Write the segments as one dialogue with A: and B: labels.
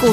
A: 股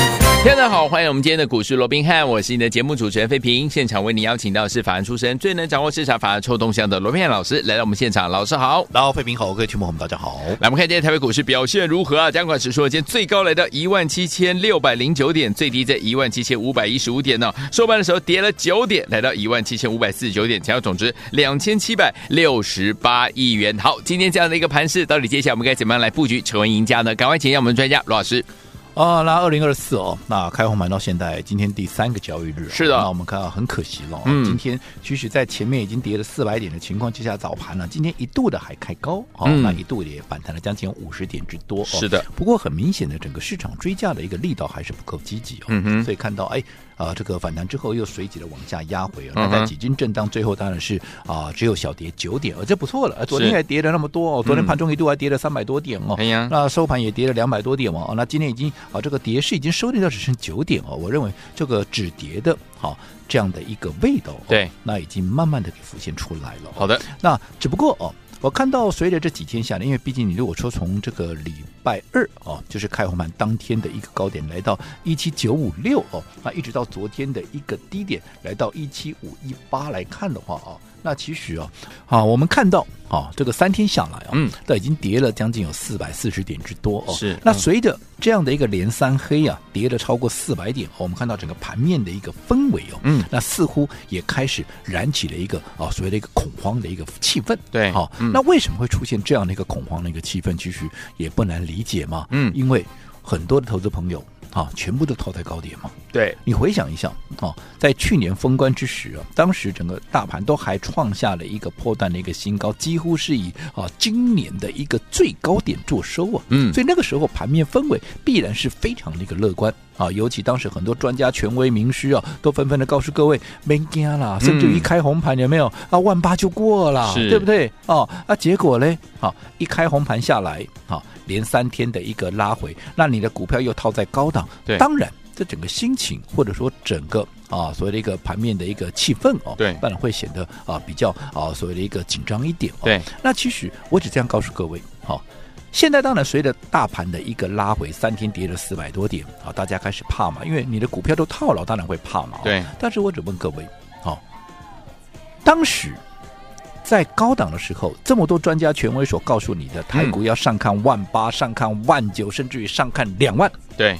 B: 大家好，欢迎我们今天的股市罗宾汉，我是你的节目主持人费平。现场为你邀请到的是法案出身、最能掌握市场法案臭动向的罗宾汉老师来到我们现场，老师好。
C: 然后，费平好，各位群朋友们，大家好。
B: 来，我们看今天台北股市表现如何啊？加管指数今天最高来到一万七千六百零九点，最低在一万七千五百一十五点呢、收盘的时候跌了九点，来到一万七千五百四十九点，成交总值两千七百六十八亿元。好，今天这样的一个盘势，到底接下来我们该怎么样来布局成为赢家呢？赶快请教我们专家罗老师。
C: 啊，那二零二四哦，那开红盘到现在，今天第三个交易日哦、
B: 是的
C: 那我们看到很可惜了、哦，
B: 嗯
C: 今天其实在前面已经跌了四百点的情况之下，早盘呢，今天一度的还开高，哦，
B: 嗯
C: 那一度也反弹了将近五十点之多、哦，
B: 是的。
C: 不过很明显的，整个市场追价的一个力道还是不够积极哦，
B: 嗯哼
C: 所以看到哎。啊，这个反弹之后又随即的往下压回哦，
B: 嗯
C: 那
B: 哼
C: 在几经震荡，最后当然是啊、只有小跌九点，而、这不错了。呃昨天
B: 是
C: 还跌了那么多哦，昨天
B: 嗯
C: 盘中一度还跌了三百多点哦，
B: 哎呀
C: 那收盘也跌了两百多点嘛、哦，那今天已经啊这个跌势已经收敛到只剩九点哦，我认为这个止跌的好、这样的一个味道、哦，
B: 对，
C: 那已经慢慢的给浮现出来了、哦
B: 好，的，
C: 那只不过哦。我看到随着这几天下来，因为毕竟你如果说从这个礼拜二哦，就是开红盘当天的一个高点来到一七九五六哦，那一直到昨天的一个低点来到一七五一八来看的话哦，那其实哦，啊，我们看到啊，这个三天下来啊、
B: 嗯，
C: 都已经跌了将近有四百四十点之多哦。
B: 是
C: 那
B: 嗯
C: 随着这样的一个连三黑啊，跌了超过四百点、哦，我们看到整个盘面的一个氛围哦，
B: 嗯
C: 那似乎也开始燃起了一个啊所谓的一个恐慌的一个气氛。
B: 对
C: 好、
B: 嗯
C: 那为什么会出现这样的一个恐慌的一个气氛？其实也不难理解嘛，
B: 嗯
C: 因为很多的投资朋友啊，全部都套在高点嘛，
B: 对，
C: 你回想一下哦，在去年封关之时啊，当时整个大盘都还创下了一个破断的一个新高，几乎是以啊今年的一个最高点做收啊。
B: 嗯
C: 所以那个时候盘面氛围必然是非常的一个乐观啊，尤其当时很多专家、权威、名师啊，都纷纷的告诉各位，没惊啦，甚至于一开红盘有没有啊，万八就过了，
B: 嗯是
C: 对不对？哦，啊，结果嘞，好、一开红盘下来，好、连三天的一个拉回，那你的股票又套在高档，
B: 对
C: 当然。这整个心情，或者说整个啊所谓的一个盘面的一个气氛哦，
B: 对
C: 当然会显得啊比较啊所谓的一个紧张一点哦。
B: 对，
C: 那其实我只这样告诉各位，好、现在当然随着大盘的一个拉回，三天跌了四百多点，啊，大家开始怕嘛，因为你的股票都套牢，当然会怕嘛。哦
B: 对。
C: 但是我只问各位，好、当时在高档的时候，这么多专家权威所告诉你的，台股要上看万八、上看万九，甚至于上看两万，
B: 对，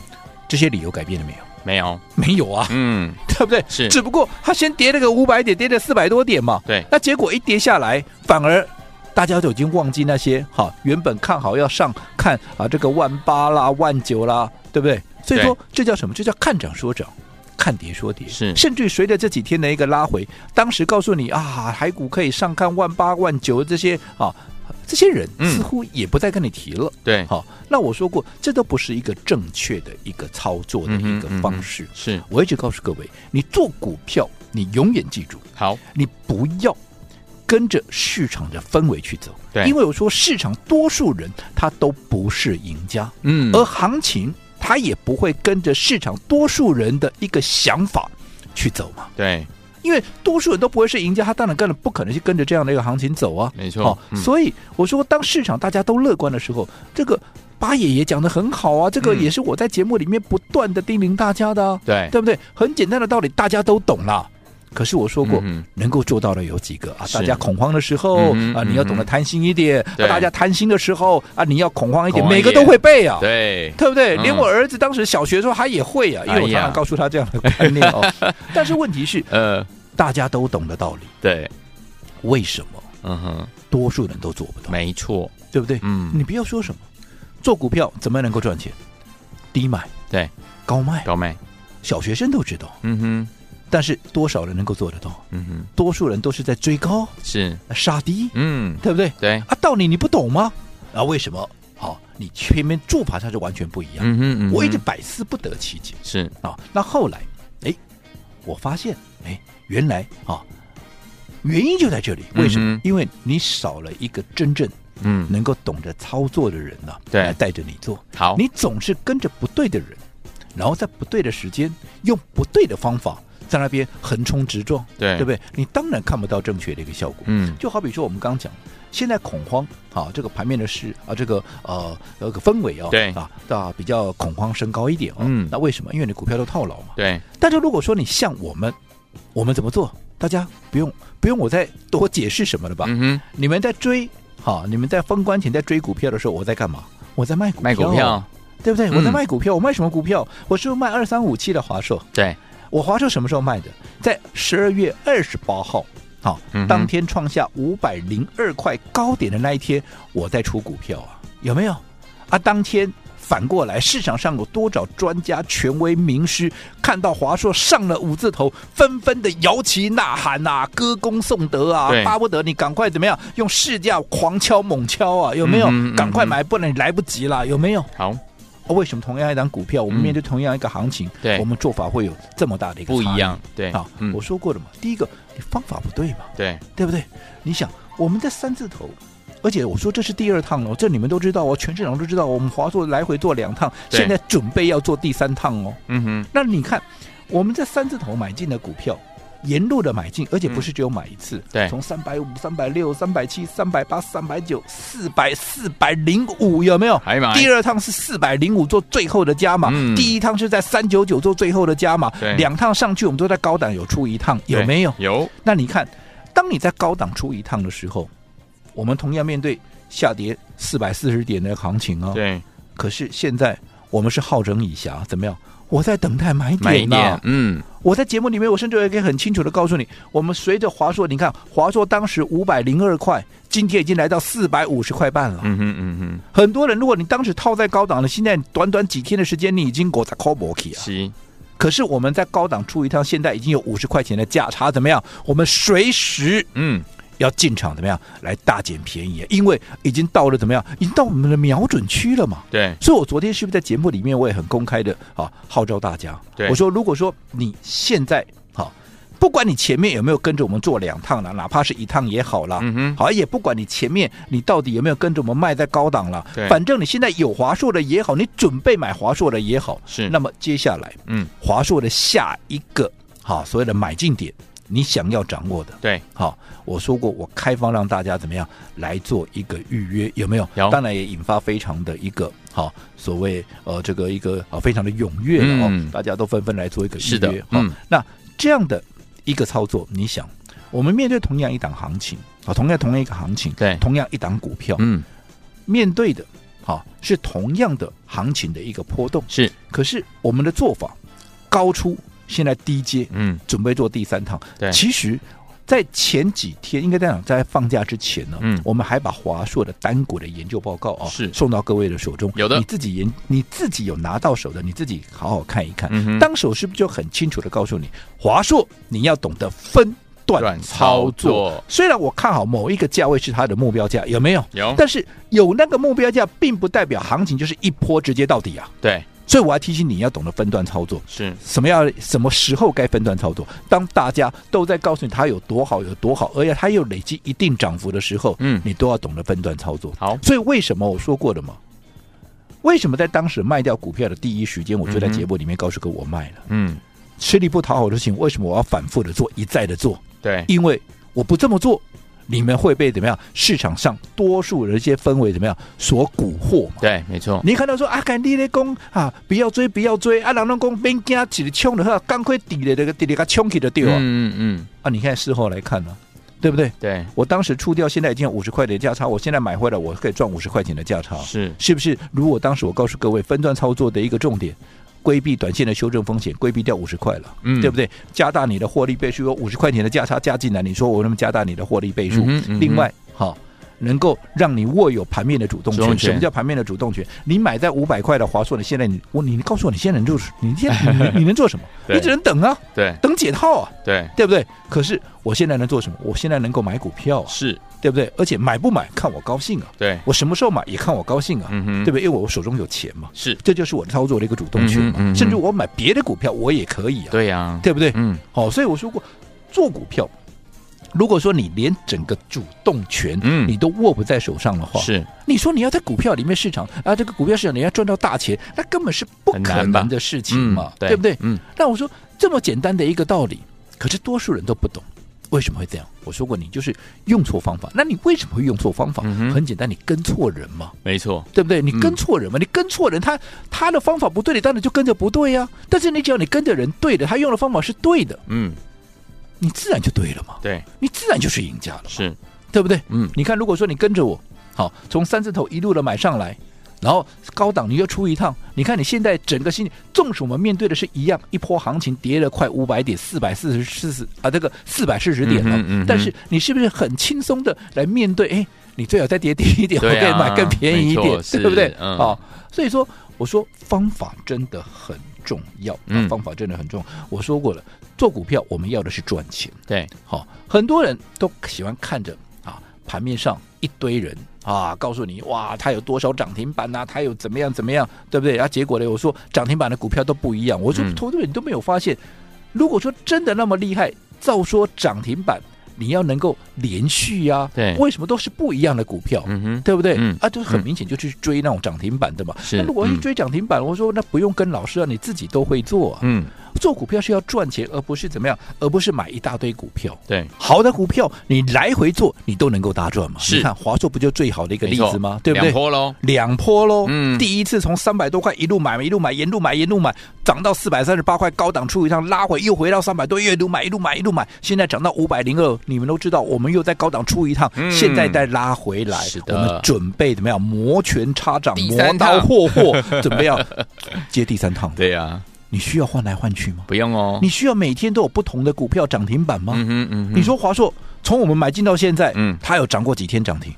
C: 这些理由改变了没有？
B: 没有，
C: 没有啊，
B: 嗯，
C: 对不对？
B: 是
C: 只不过它先跌了个五百点，跌了四百多点嘛。
B: 对
C: 那结果一跌下来，反而大家都已经忘记那些哈、原本看好要上看啊这个万八啦、万九啦，对不对？所以说这叫什么？这叫看涨说涨。看跌说跌，
B: 是
C: 甚至于随着这几天的一个拉回，当时告诉你啊，海股可以上看万八、万九这些啊，这些人
B: 嗯哎
C: 似乎也不再跟你提了。
B: 对，
C: 好、那我说过，这都不是一个正确的一个操作的一
B: 嗯
C: 个
B: 哼嗯
C: 方
B: 哼
C: 式。
B: 是
C: 我一直告诉各位，你做股票，你永远记住，
B: 好，
C: 你不要跟着市场的氛围去走。
B: 对
C: 因为我说市场多数人他都不是赢家，
B: 嗯
C: 而行情它也不会跟着市场多数人的一个想法去走嘛。
B: 对，
C: 因为多数人都不会是赢家，他当然根本不可能去跟着这样的一个行情走啊。
B: 没错
C: 好
B: 嗯
C: 所以我说，当市场大家都乐观的时候，这个八爷也讲的很好啊，这个
B: 嗯
C: 也是我在节目里面不断的叮咛大家的、啊，
B: 对
C: 对不对？很简单的道理，大家都懂啦。可是我说过，
B: 嗯哼
C: 能够做到的有几个啊？
B: 是
C: 大家恐慌的时候、
B: 嗯哼
C: 啊，
B: 嗯哼
C: 你要懂得贪心一点；
B: 对
C: 啊大家贪心的时候啊，你要恐慌一点。
B: 恐慌一
C: 每
B: 点
C: 个都会背啊，
B: 对，
C: 对不对？
B: 嗯
C: 连我儿子当时小学的时候他也会啊，因为我
B: 哎
C: 常
B: 呀
C: 常告诉他这样的观念 哦。但是问题是，
B: 呃，
C: 大家都懂的道理，
B: 对，
C: 为什么
B: 嗯哼，
C: 多数人都做不到？
B: 没错，
C: 对不对？
B: 嗯
C: 你不要说什么，做股票怎么样能够赚钱？低买
B: 对，
C: 高卖，
B: 高妹，
C: 小学生都知道，
B: 嗯哼，
C: 但是多少人能够做得到？
B: 嗯哼，
C: 多数人都是在追高
B: 是，
C: 杀低，
B: 嗯，
C: 对不对？
B: 对，
C: 啊，道理你不懂吗？啊，为什么？好、你偏偏做法它是完全不一样。
B: 嗯哼，嗯哼
C: 我一直百思不得其解。
B: 是，
C: 啊。那后来，哎，我发现，哎，原来啊，原因就在这里。为什么？
B: 嗯哼
C: 因为你少了一个真正
B: 嗯
C: 能够懂得操作的人呢、
B: 对
C: 来带着你做。
B: 好，
C: 你总是跟着不对的人，然后在不对的时间用不对的方法在那边横冲直撞，
B: 对
C: 对不对？你当然看不到正确的一个效果。
B: 哎嗯
C: 就好比说我们刚刚讲，现在恐慌啊，这个盘面的事啊，这个呃呃个氛围哦，
B: 对
C: 啊，啊比较恐慌升高一点哦。
B: 嗯
C: 那为什么？因为你股票都套牢嘛。
B: 对，
C: 但是如果说你像我们，我们怎么做？大家不用不用我再多解释什么了吧？
B: 嗯哼，
C: 你们在追，好，你们在封关前在追股票的时候，我在干嘛？我在卖股票，
B: 卖股票，
C: 对不对？
B: 嗯
C: 我在卖股票，我卖什么股票？我是不是卖二三五七的华硕？
B: 对，
C: 我华硕什么时候卖的？在十二月二十八号，好
B: 嗯哼，
C: 当天创下五百零二块高点的那一天，我在出股票啊，有没有？啊，当天反过来，市场上有多少专家、权威、名师看到华硕上了五字头，纷纷的摇旗呐喊啊，歌功颂德啊
B: 对，
C: 巴不得你赶快怎么样，用市价狂敲猛敲啊，有没有？
B: 嗯哼嗯哼
C: 赶快买，不然你来不及了，有没有？
B: 好，
C: 啊为什么同样一档股票，我们
B: 嗯
C: 面对同样一个行情，
B: 对
C: 我们做法会有这么大的一个
B: 不
C: 差
B: 一
C: 异
B: 样，对
C: 啊，？
B: 嗯
C: 我，说过了嘛，第一个你方法不对嘛，
B: 对，
C: 对不对？你想我们在三字头。而且我说这是第二趟了，这你们都知道哦，全市场都知道，我们华硕来回做两趟，
B: 对
C: 现在准备要做第三趟哦。
B: 嗯哼，
C: 那你看，我们在三字头买进的股票，沿路的买进，而且不是只有买一次，
B: 嗯对
C: 从三百五、三百六、三百七、三百八、三百九、四百、四百零五，有没有？
B: 还买
C: 第二趟是四百零五做最后的加码，
B: 哎嗯
C: 第一趟是在三九九做最后的加码
B: 对，
C: 两趟上去我们都在高档有出一趟，有
B: 对
C: 没有？
B: 有，
C: 那你看，当你在高档出一趟的时候，我们同样面对下跌四百四十点的行情哦。
B: 对，
C: 可是现在我们是好整以暇，怎么样？我在等待买
B: 买一
C: 点呢、
B: 点，嗯，
C: 我在节目里面，我甚至也可以很清楚的告诉你，我们随着华硕，你看华硕当时五百零二块，今天已经来到四百五十块半了。
B: 嗯哼，嗯哼，
C: 很多人，如果你当时套在高档了，现在短短几天的时间，你已经狗在 call 博 k 啊。
B: 七，
C: 可是我们在高档出一趟，现在已经有五十块钱的价差，怎么样？我们随时
B: 嗯，
C: 要进场怎么样来大捡便宜？啊因为已经到了怎么样？已经到我们的瞄准区了嘛。
B: 对，
C: 所以我昨天是不是在节目里面我也很公开的啊号召大家
B: 对，
C: 我说如果说你现在好、不管你前面有没有跟着我们做两趟了，哪怕是一趟也好啦，
B: 嗯哼，
C: 好，也不管你前面你到底有没有跟着我们卖在高档了
B: 对，
C: 反正你现在有华硕的也好，你准备买华硕的也好，
B: 是
C: 那么接下来，
B: 嗯，
C: 华硕的下一个好所谓的买进点，你想要掌握的，
B: 对，
C: 好，我说过，我开放让大家怎么样来做一个预约，有没有？
B: 有
C: 当然也引发非常的一个好，所谓呃这个一个啊、呃非常的踊跃了、
B: 嗯
C: 哦，大家都纷纷来做一个预约。
B: 是的
C: 好
B: 嗯
C: 那这样的一个操作，你想，我们面对同样一档行情啊，同样同样一个行情，
B: 对
C: 同样一档股票，
B: 嗯，
C: 面对的好是同样的行情的一个波动，
B: 是，
C: 可是我们的做法高出，现在低接，
B: 嗯，
C: 准备做第三趟。
B: 对
C: 其实，在前几天，应该这样讲，在放假之前呢，
B: 嗯
C: 我们还把华硕的单股的研究报告啊、
B: 是
C: 送到各位的手中。
B: 有的
C: 你自己研，你自己有拿到手的，你自己好好看一看。
B: 嗯哼
C: 当手是不是就很清楚的告诉你，华硕你要懂得分段
B: 段
C: 操
B: 操
C: 作。
B: 作
C: 虽然我看好某一个价位是它的目标价，有没有？
B: 有，
C: 但是有那个目标价，并不代表行情就是一波直接到底啊。
B: 对，
C: 所以我要提醒你要懂得分段操作。
B: 是，
C: 什么要什么时候该分段操作？当大家都在告诉你它有多好有多好，而且它又累积一定涨幅的时候，
B: 嗯
C: 你都要懂得分段操作。
B: 好
C: 所以为什么我说过的嘛？为什么在当时卖掉股票的第一时间，我就在
B: 嗯哼
C: 节目里面告诉各位我卖了，
B: 嗯，
C: 吃力不讨好的事情，为什么我要反复的做，一再的做？
B: 对，
C: 因为我不这么做，你们会被怎么样？市场上多数的一些氛围怎么样所蛊惑嘛？
B: 对，没错，
C: 你看到说啊，看你咧讲啊，不要追，不要追啊，人拢讲免惊，一个冲的话，赶快抵咧这个抵咧个冲起就对了、
B: 嗯嗯嗯，
C: 啊！你看事后来看呢、对不对？
B: 对，
C: 我当时出掉，现在已经有五十块的价差，我现在买回来，我可以赚五十块钱的价差，
B: 是，
C: 是不是？如果当时我告诉各位分段操作的一个重点。规避短线的修正风险，规避掉五十块了，
B: 嗯
C: 对不对？加大你的获利倍数，有五十块钱的价差加进来，你说我能不能加大你的获利倍
B: 嗯
C: 数？
B: 哼嗯哼
C: 另外，好、能够让你握有盘面的主动
B: 主
C: 权。
B: 动权
C: 什么叫盘面的主动权？你买在五百块的华硕，你现在你我你告诉我，你现在能做你现在你你能做什么？
B: 对
C: 你只能等啊，
B: 对，
C: 等解套啊，
B: 对，
C: 对不对？可是我现在能做什么？我现在能够买股票啊，
B: 是，
C: 对不对？而且买不买看我高兴啊，
B: 对，
C: 我什么时候买也看我高兴啊，
B: 嗯哼
C: 对不对？因为我手中有钱嘛，
B: 是，
C: 这就是我操作的一个主动权嘛。
B: 嗯哼嗯哼
C: 甚至我买别的股票我也可以啊，
B: 对呀，
C: 对不对？
B: 嗯，
C: 好、所以我说过，做股票如果说你连整个主动权，
B: 嗯
C: 你都握不在手上的话，
B: 是
C: 你说你要在股票里面市场啊，这个股票市场你要赚到大钱，那根本是不
B: 很
C: 可
B: 难吧
C: 能的事情嘛，
B: 嗯
C: 对不对？
B: 嗯，
C: 那我说这么简单的一个道理，可是多数人都不懂。为什么会这样？我说过，你就是用错方法。那你为什么会用错方法？
B: 嗯哼
C: 很简单，你跟错人嘛，
B: 没错，
C: 对不对？你
B: 嗯
C: 跟错人嘛，你跟错人，他他的方法不对，你当然就跟着不对呀、但是你只要你跟着人对的，他用的方法是对的，
B: 嗯，
C: 你自然就对了嘛，
B: 对，
C: 你自然就是赢家了嘛，
B: 是，
C: 对不对？
B: 嗯，
C: 你看，如果说你跟着我，好，从三字头一路的买上来，然后高档你又出一趟，你看你现在整个心里，纵使我们面对的是一样一波行情，跌了快五百点，四百四十四十啊，这个四百四十点了，
B: 嗯哼嗯哼
C: 但是你是不是很轻松的来面对？哎，你最好再跌低一点，我
B: 对
C: 可以
B: 啊
C: 买更便宜一
B: 没
C: 点
B: 错，是
C: 对不对？
B: 嗯
C: 好，所以说我说方法真的很重要，
B: 嗯
C: 啊方法真的很重要。我说过了，做股票我们要的是赚钱。
B: 嗯对，
C: 好、很多人都喜欢看着啊，盘面上一堆人啊，告诉你哇，它有多少涨停板呐、它有怎么样怎么样，对不对？然、后结果呢，我说涨停板的股票都不一样，我说
B: 嗯
C: 投资人你都没有发现，如果说真的那么厉害，照说涨停板你要能够连续呀、
B: 对
C: 为什么都是不一样的股票？
B: 嗯哼，
C: 对不对？
B: 嗯
C: 啊，就很明显就去追那种涨停板的嘛。
B: 是
C: 那如果去
B: 嗯
C: 追涨停板，我说那不用跟老师啊，你自己都会做啊。
B: 嗯，
C: 做股票是要赚钱，而不是怎么样，而不是买一大堆股票。
B: 对，
C: 好的股票，你来回做，你都能够大赚嘛。
B: 是
C: 你看华硕不就最好的一个
B: 没
C: 例
B: 错
C: 子吗？对不对
B: 两？波喽，
C: 两波喽，
B: 嗯
C: 第一次从三百多块一路买，一路买，沿路买，沿路买，涨到四百三十八块，高档出一趟，拉回又回到三百多，一路买，一路买，一路买，现在涨到五百零二，你们都知道，我们又在高档出一趟，
B: 嗯
C: 现在再拉回来
B: 是，的
C: 我们准备怎么样？摩拳擦掌，
B: 第
C: 磨
B: 三
C: 刀
B: 趟
C: 霍霍， 准备要接第三趟。
B: 对呀，
C: 你需要换来换去吗？
B: 不用哦，
C: 你需要每天都有不同的股票涨停板吗？
B: 嗯哼嗯哼，
C: 你说华硕从我们买进到现在，
B: 嗯
C: 它有涨过几天涨停？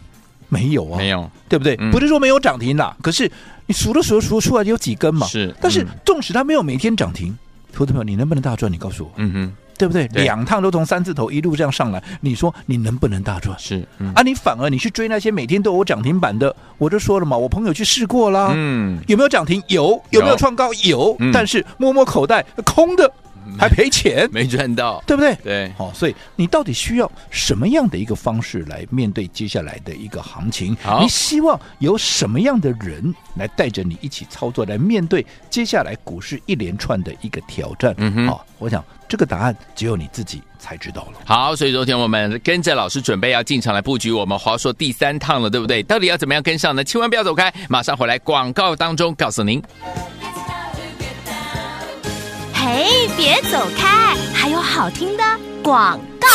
C: 没有啊，
B: 没，有，
C: 对不对？
B: 嗯
C: 不是说没有涨停啦，可是你数都数得数得出来有几根嘛。
B: 是
C: 但是
B: 嗯
C: 纵使它没有每天涨停，投资朋友，你能不能大赚？你告诉我，
B: 嗯哼，
C: 对不对？
B: 对
C: 两趟都从三字头一路这样上来，你说你能不能大赚？
B: 是，嗯
C: 啊，你反而你去追那些每天都有涨停板的，我就说了嘛，我朋友去试过啦。
B: 嗯，
C: 有没有涨停？有，有没有创高？有，
B: 嗯
C: 但是摸摸口袋空的，还赔钱，
B: 没赚到，
C: 对不对？
B: 对，
C: 好、所以你到底需要什么样的一个方式来面对接下来的一个行情
B: 好？
C: 你希望有什么样的人来带着你一起操作，来面对接下来股市一连串的一个挑战？
B: 嗯哼
C: 好、我想这个答案只有你自己才知道了。
B: 好，所以昨天我们跟着老师准备要进场来布局我们华硕第三趟了，对不对？到底要怎么样跟上呢？千万不要走开，马上回来广告当中告诉您。
A: 嘿，别走开，还有好听的广告。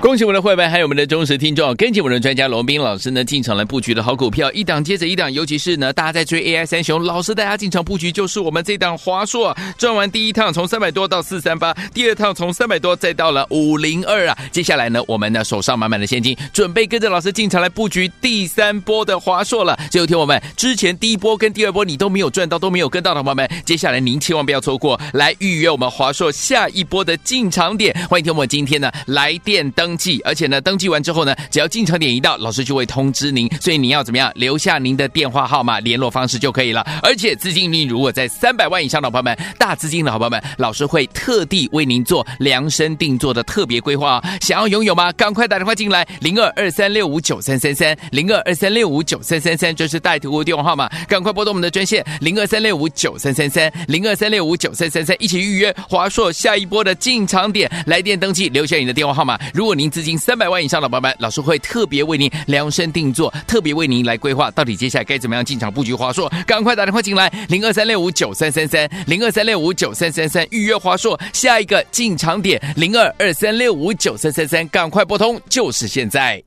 B: 恭喜我们的会员，还有我们的忠实听众，啊跟紧我们的专家龙斌老师呢进场来布局的好股票，一档接着一档，尤其是呢大家在追 AI 三雄，老师带大家进场布局就是我们这档华硕，赚完第一趟从三百多到四三八，第二趟从三百多再到了五零二啊，接下来呢我们呢手上满满的现金，准备跟着老师进场来布局第三波的华硕了。所以有听我们之前第一波跟第二波你都没有赚到，都没有跟到的朋友们，接下来您千万不要错过，来预约我们华硕下一波的进场点。欢迎听我们今天呢来电登记，而且呢登记完之后呢，只要进场点一到，老师就会通知您。所以你要怎么样留下您的电话号码、联络方式就可以了。而且资金率如果在三百万以上的朋友们，大资金的好朋友们，老师会特地为您做量身定做的特别规划、哦。想要拥有吗？赶快打电话进来，零二二三六五九三三三，零二二三六五九三三三，这是带图的电话号码，赶快拨通我们的专线零二三六五九三三三，零二三六五九三三三，一起预约华硕下一波的进场点，来电登记，留下你的电话号码。如果您资金三百万以上的宝宝们，老师会特别为您量身定做，特别为您来规划，到底接下来该怎么样进场布局华硕，赶快打电话进来，零二三六五九三三三，零二三六五九三三三，预约华硕下一个进场点，零二二三六五九三三三，赶快拨通，就是现在。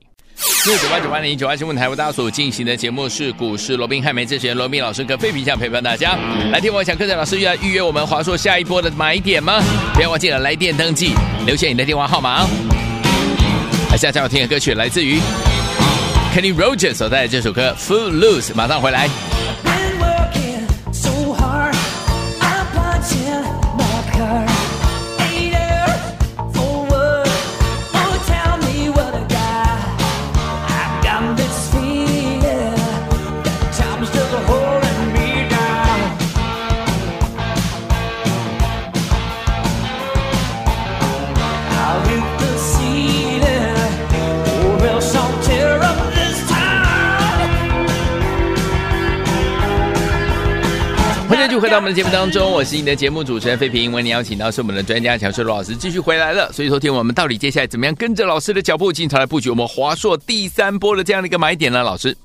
B: 六九八九八零九八新闻台为大家所进行的节目是股市罗宾汉梅之前，罗宾老师跟费平想陪伴大家。来听我想跟着老师要预约我们华硕下一波的买点吗？不要忘记了来电登记，留下你的电话号码哦。来，下场要听的歌曲来自于 Kenny Rogers 所带来这首歌《Footloose》，马上回来。
D: been working so hard. I'm punching my card. Ain't there for work? Oh, tell me what I got. I got this feeling that time's just holding me down. I hit the ceiling.
B: 续回到我们的节目当中，我是你的节目主持人费平，为您邀请到是我们的专家乔硕罗老师继续回来了。所以，昨天我们到底接下来怎么样跟着老师的脚步进场来布局我们华硕第三波的这样的一个买点呢？老师，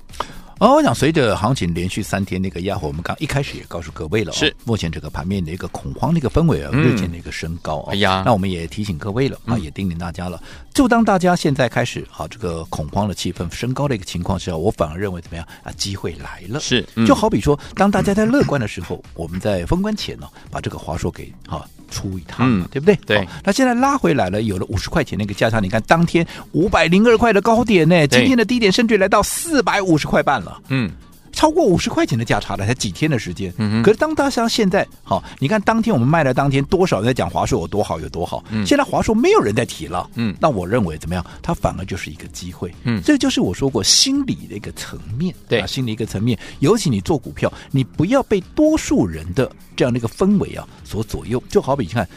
C: 哦，我想随着行情连续三天那个压回，我们刚一开始也告诉各位了、哦，
B: 是
C: 目前这个盘面的一个恐慌的一个氛围啊，
B: 嗯
C: 日渐的一个升高啊、
B: 哎呀嗯
C: 那我们也提醒各位了啊，也叮咛大家了，就当大家现在开始啊，这个恐慌的气氛升高的一个情况之下，我反而认为怎么样啊，机会来了。
B: 是嗯
C: 就好比说，当大家在乐观的时候，我们在封关前呢、把这个华硕给啊。出一趟嘛
B: 嗯
C: 对不对？
B: 对
C: 好那现在拉回来了，有了五十块钱的一个价差，你看当天五百零二块的高点呢，
B: 对
C: 今天的低点甚至来到四百五十块半了。
B: 嗯，
C: 超过五十块钱的价差了，才几天的时间。
B: 嗯哼
C: 可是当大家现在好，你看当天我们卖了，当天多少人在讲华硕有多好有多好？
B: 嗯
C: 现在华硕没有人在提了。
B: 嗯
C: 那我认为怎么样？它反而就是一个机会。
B: 嗯
C: 这就是我说过心理的一个层面，
B: 对
C: 啊心理一个层面。尤其你做股票，你不要被多数人的这样的一个氛围啊所左右。就好比你看，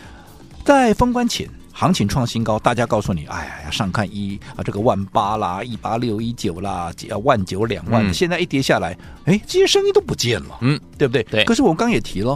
C: 在封关前。行情创新高，大家告诉你，哎呀，上看一啊，这个万八啦，一八六一九啦，几啊万九两万，
B: 嗯
C: 现在一跌下来，哎，这些声音都不见了，
B: 嗯，
C: 对不对？
B: 对
C: 可是我刚也提了。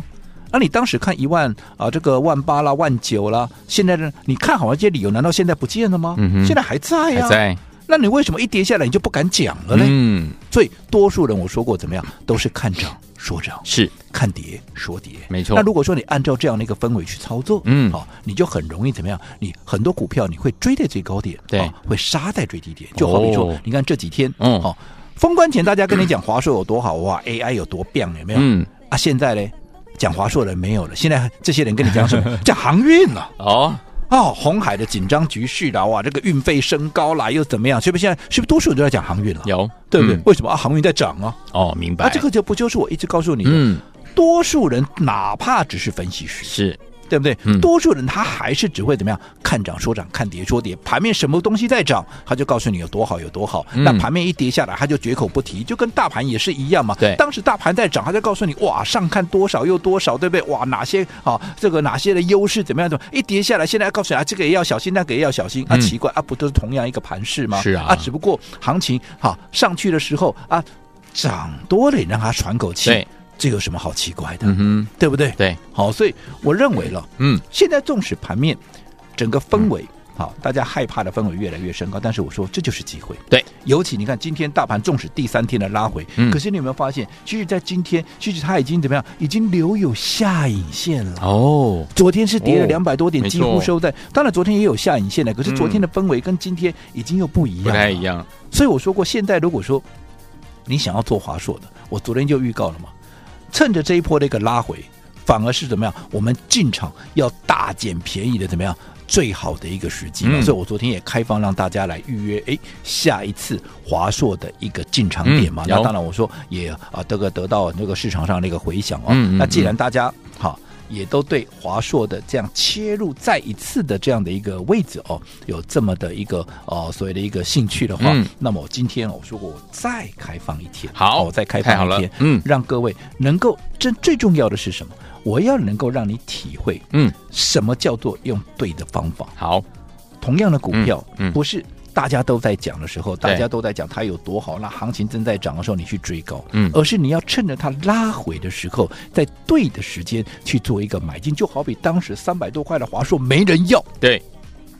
C: 那、你当时看一万啊，这个万八啦、万九啦，现在呢？你看好了这些理由，难道现在不见了吗？
B: 嗯哼
C: 现在还在哎呀、
B: 还在，
C: 那你为什么一跌下来你就不敢讲了呢？
B: 嗯，
C: 所以多数人我说过怎么样，都是看涨说涨，
B: 是
C: 看跌说跌，
B: 没错
C: 那如果说你按照这样的一个氛围去操作，
B: 嗯
C: 好、你就很容易怎么样？你很多股票你会追在最高点，
B: 对
C: 啊会杀在最低点。就好比说，
B: 哦
C: 你看这几天，
B: 嗯
C: 好、封关前大家跟你讲华硕有多好哇，AI 有多棒，有没有？
B: 嗯，
C: 啊，现在呢？讲华硕的人没有了，现在 这些人跟你讲什么？ 讲航运了、
B: 哦，
C: 哦，红海的紧张局势啦，哇，这个运费升高啦，又怎么样？是不是现在是不是多数人都在讲航运了？
B: 有
C: 对不对？
B: 嗯
C: 为什么啊？航运在涨啊？
B: 哦，明白，
C: 啊，这个就不就是我一直告诉你的，
B: 嗯
C: 多数人哪怕只是分析师，
B: 是
C: 对不对？
B: 嗯
C: 多数人他还是只会怎么样看涨说涨，看跌说跌。盘面什么东西在涨，他就告诉你有多好有多好。
B: 嗯
C: 那盘面一跌下来，他就绝口不提，就跟大盘也是一样嘛。
B: 对
C: 当时大盘在涨，他就告诉你哇，上看多少又多少，对不对？哇，哪些啊这个哪些的优势怎么样怎么样？一跌下来，现在告诉你啊，这个也要小心，那个也要小心啊。
B: 嗯
C: 奇怪啊，不都是同样一个盘势吗？
B: 是啊
C: 啊，只不过行情哈、啊上去的时候啊，涨多了，也让他喘口气
B: 对。
C: 这有什么好奇怪的？
B: 嗯哼，
C: 对不对？
B: 对，
C: 好，所以我认为了，
B: 嗯，
C: 现在纵使盘面整个氛围。好，大家害怕的氛围越来越升高，但是我说这就是机会。
B: 对，
C: 尤其你看今天大盘纵使第三天的拉回，
B: 嗯
C: 可是你有没有发现，其实，在今天，其实它已经怎么样，已经留有下影线了。
B: 哦，
C: 昨天是跌了
B: 哦
C: 两百多点，
B: 没错嗯
C: 几乎收在。当然，昨天也有下影线的，可是昨天的氛围跟今天已经又不一样
B: 不
C: 了，
B: 太一样，
C: 所以我说过，现在如果说你想要做华硕的，我昨天就预告了嘛，趁着这一波的一个拉回，反而是怎么样？我们进场要大捡便宜的怎么样？最好的一个时机嘛，
B: 嗯
C: 所以我昨天也开放让大家来预约，哎，下一次华硕的一个进场点嘛。
B: 嗯有
C: 那当然，我说也啊，这个得到这个市场上的一个回响哦。
B: 嗯嗯
C: 那既
B: 嗯
C: 然大家好。也都对华硕的这样切入再一次的这样的一个位置哦，有这么的一个呃所谓的一个兴趣的话，
B: 嗯
C: 那么我今天哦我说过我再开放一天，
B: 好
C: 哦我再开
B: 太好
C: 放一
B: 了
C: 天，
B: 嗯
C: 让各位能够这最重要的是什么？我要能够让你体会
B: 嗯，
C: 什么叫做用对的方法。
B: 好，
C: 同样的股票，
B: 嗯嗯
C: 不是大家都在讲的时候，
B: 对
C: 大家都在讲它有多好，那行情正在涨的时候你去追高，
B: 嗯
C: 而是你要趁着它拉回的时候，在对的时间去做一个买进，就好比当时三百多块的华硕没人要，
B: 对，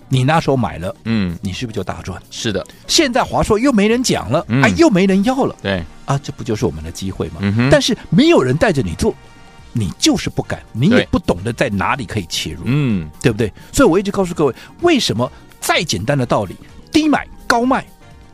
C: 你那时候买了，
B: 嗯，
C: 你是不是就大赚？
B: 是的，
C: 现在华硕又没人讲了，
B: 嗯
C: 啊，又没人要了，
B: 对，
C: 啊，这不就是我们的机会吗？
B: 嗯哼
C: 但是没有人带着你做。你就是不敢，你
B: 对
C: 也不懂得在哪里可以切入。
B: 嗯，
C: 对不对？所以我一直告诉各位，为什么再简单的道理，低买高卖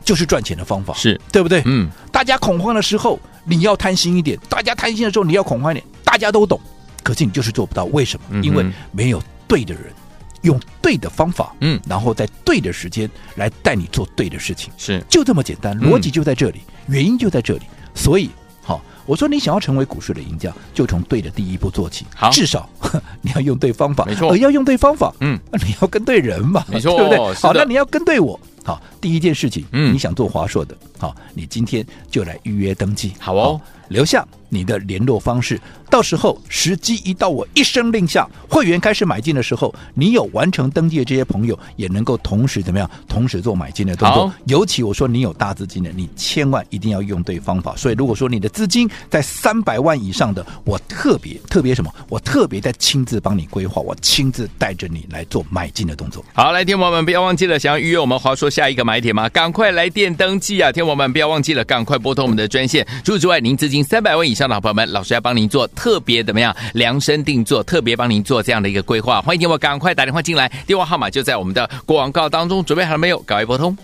C: 就是赚钱的方法，
B: 是，
C: 对不对？
B: 嗯，
C: 大家恐慌的时候，你要贪心一点；大家贪心的时候，你要恐慌一点。大家都懂，可是你就是做不到，为什
B: 嗯
C: 么？
B: 哼
C: 因为没有对的人，用对的方法，
B: 嗯
C: 然后在对的时间来带你做对的事情。
B: 是，
C: 就这么简单，
B: 嗯
C: 逻辑就在这里，原因就在这里。所以，好、我说你想要成为股市的赢家，就从对的第一步做起。
B: 好
C: 至少 呵你要用对方法，
B: 没错
C: 而要用对方法，
B: 嗯，
C: 你要跟对人嘛，
B: 没错
C: 对不对？
B: 是的
C: 好，那你要跟对我。好，第一件事情，
B: 嗯
C: 你想做华硕的，好，你今天就来预约登记，
B: 好哦
C: 留下你的联络方式。到时候时机一到，我一声令下，会员开始买进的时候，你有完成登记的这些朋友，也能够同时怎么样？同时做买进的动作
B: 好。
C: 尤其我说你有大资金的，你千万一定要用对方法。所以如果说你的资金在三百万以上的，我特别特别什么？我特别在亲自帮你规划，我亲自带着你来做买进的动作。
B: 好，来，天王们不要忘记了，想要预约我们华硕下一个买点吗？赶快来电登记啊！天王们不要忘记了，赶快拨通我们的专线。除此之外，您资金三百万以上的好朋友们，老师要帮您做特别怎么样量身定做，特别帮您做这样的一个规划。欢迎天王赶快打电话进来，电话号码就在我们的广告当中，准备好了没有？赶快拨通。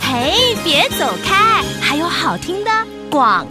A: 嘿，别走开，还有好听的广。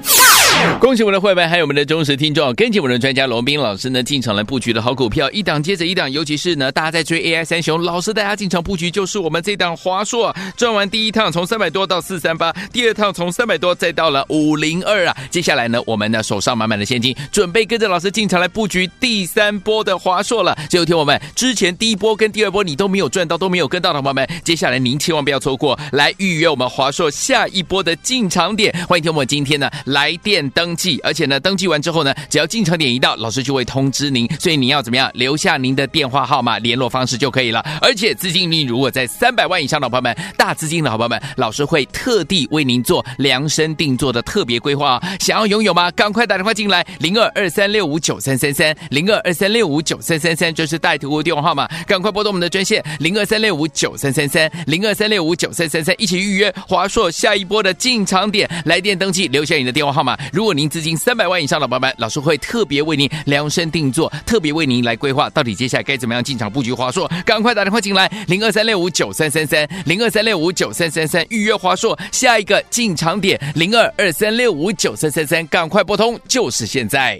B: 恭喜我们的会员，还有我们的忠实听众，跟紧我们的专家罗斌老师呢进场来布局的好股票，一档接着一档，尤其是呢大家在追 AI 三雄，老师带大家进场布局就是我们这档华硕，赚完第一趟从三百多到四三八，第二趟从三百多再到了五零二啊，接下来呢我们呢手上满满的现金，准备跟着老师进场来布局第三波的华硕了。只有听我们之前第一波跟第二波你都没有赚到，都没有跟到的朋友们，接下来您千万不要错过，来预约我们华硕下一波的进场点。欢迎听我们今天呢来电登记，而且呢登记完之后呢，只要进场点一到，老师就会通知您，所以你要怎么样留下您的电话号码、联络方式就可以了。而且资金你如果在三百万以上的朋友们，大资金的好朋友们，老师会特地为您做量身定做的特别规划、哦。想要拥有吗？赶快打电话进来，零二二三六五九三三三，零二二三六五九三三三，这是带图的电话号码，赶快拨通我们的专线零二三六五九三三三，零二三六五九三三三，一起预约华硕下一波的进场点，来电登记，留下你的电话号码。如果您资金三百万以上的宝宝们，老师会特别为您量身定做，特别为您来规划，到底接下来该怎么样进场布局华硕，赶快打电话进来，零二三六五九三三三，零二三六五九三三三，预约华硕下一个进场点零二二三六五九三三三，赶快拨通，就是现在。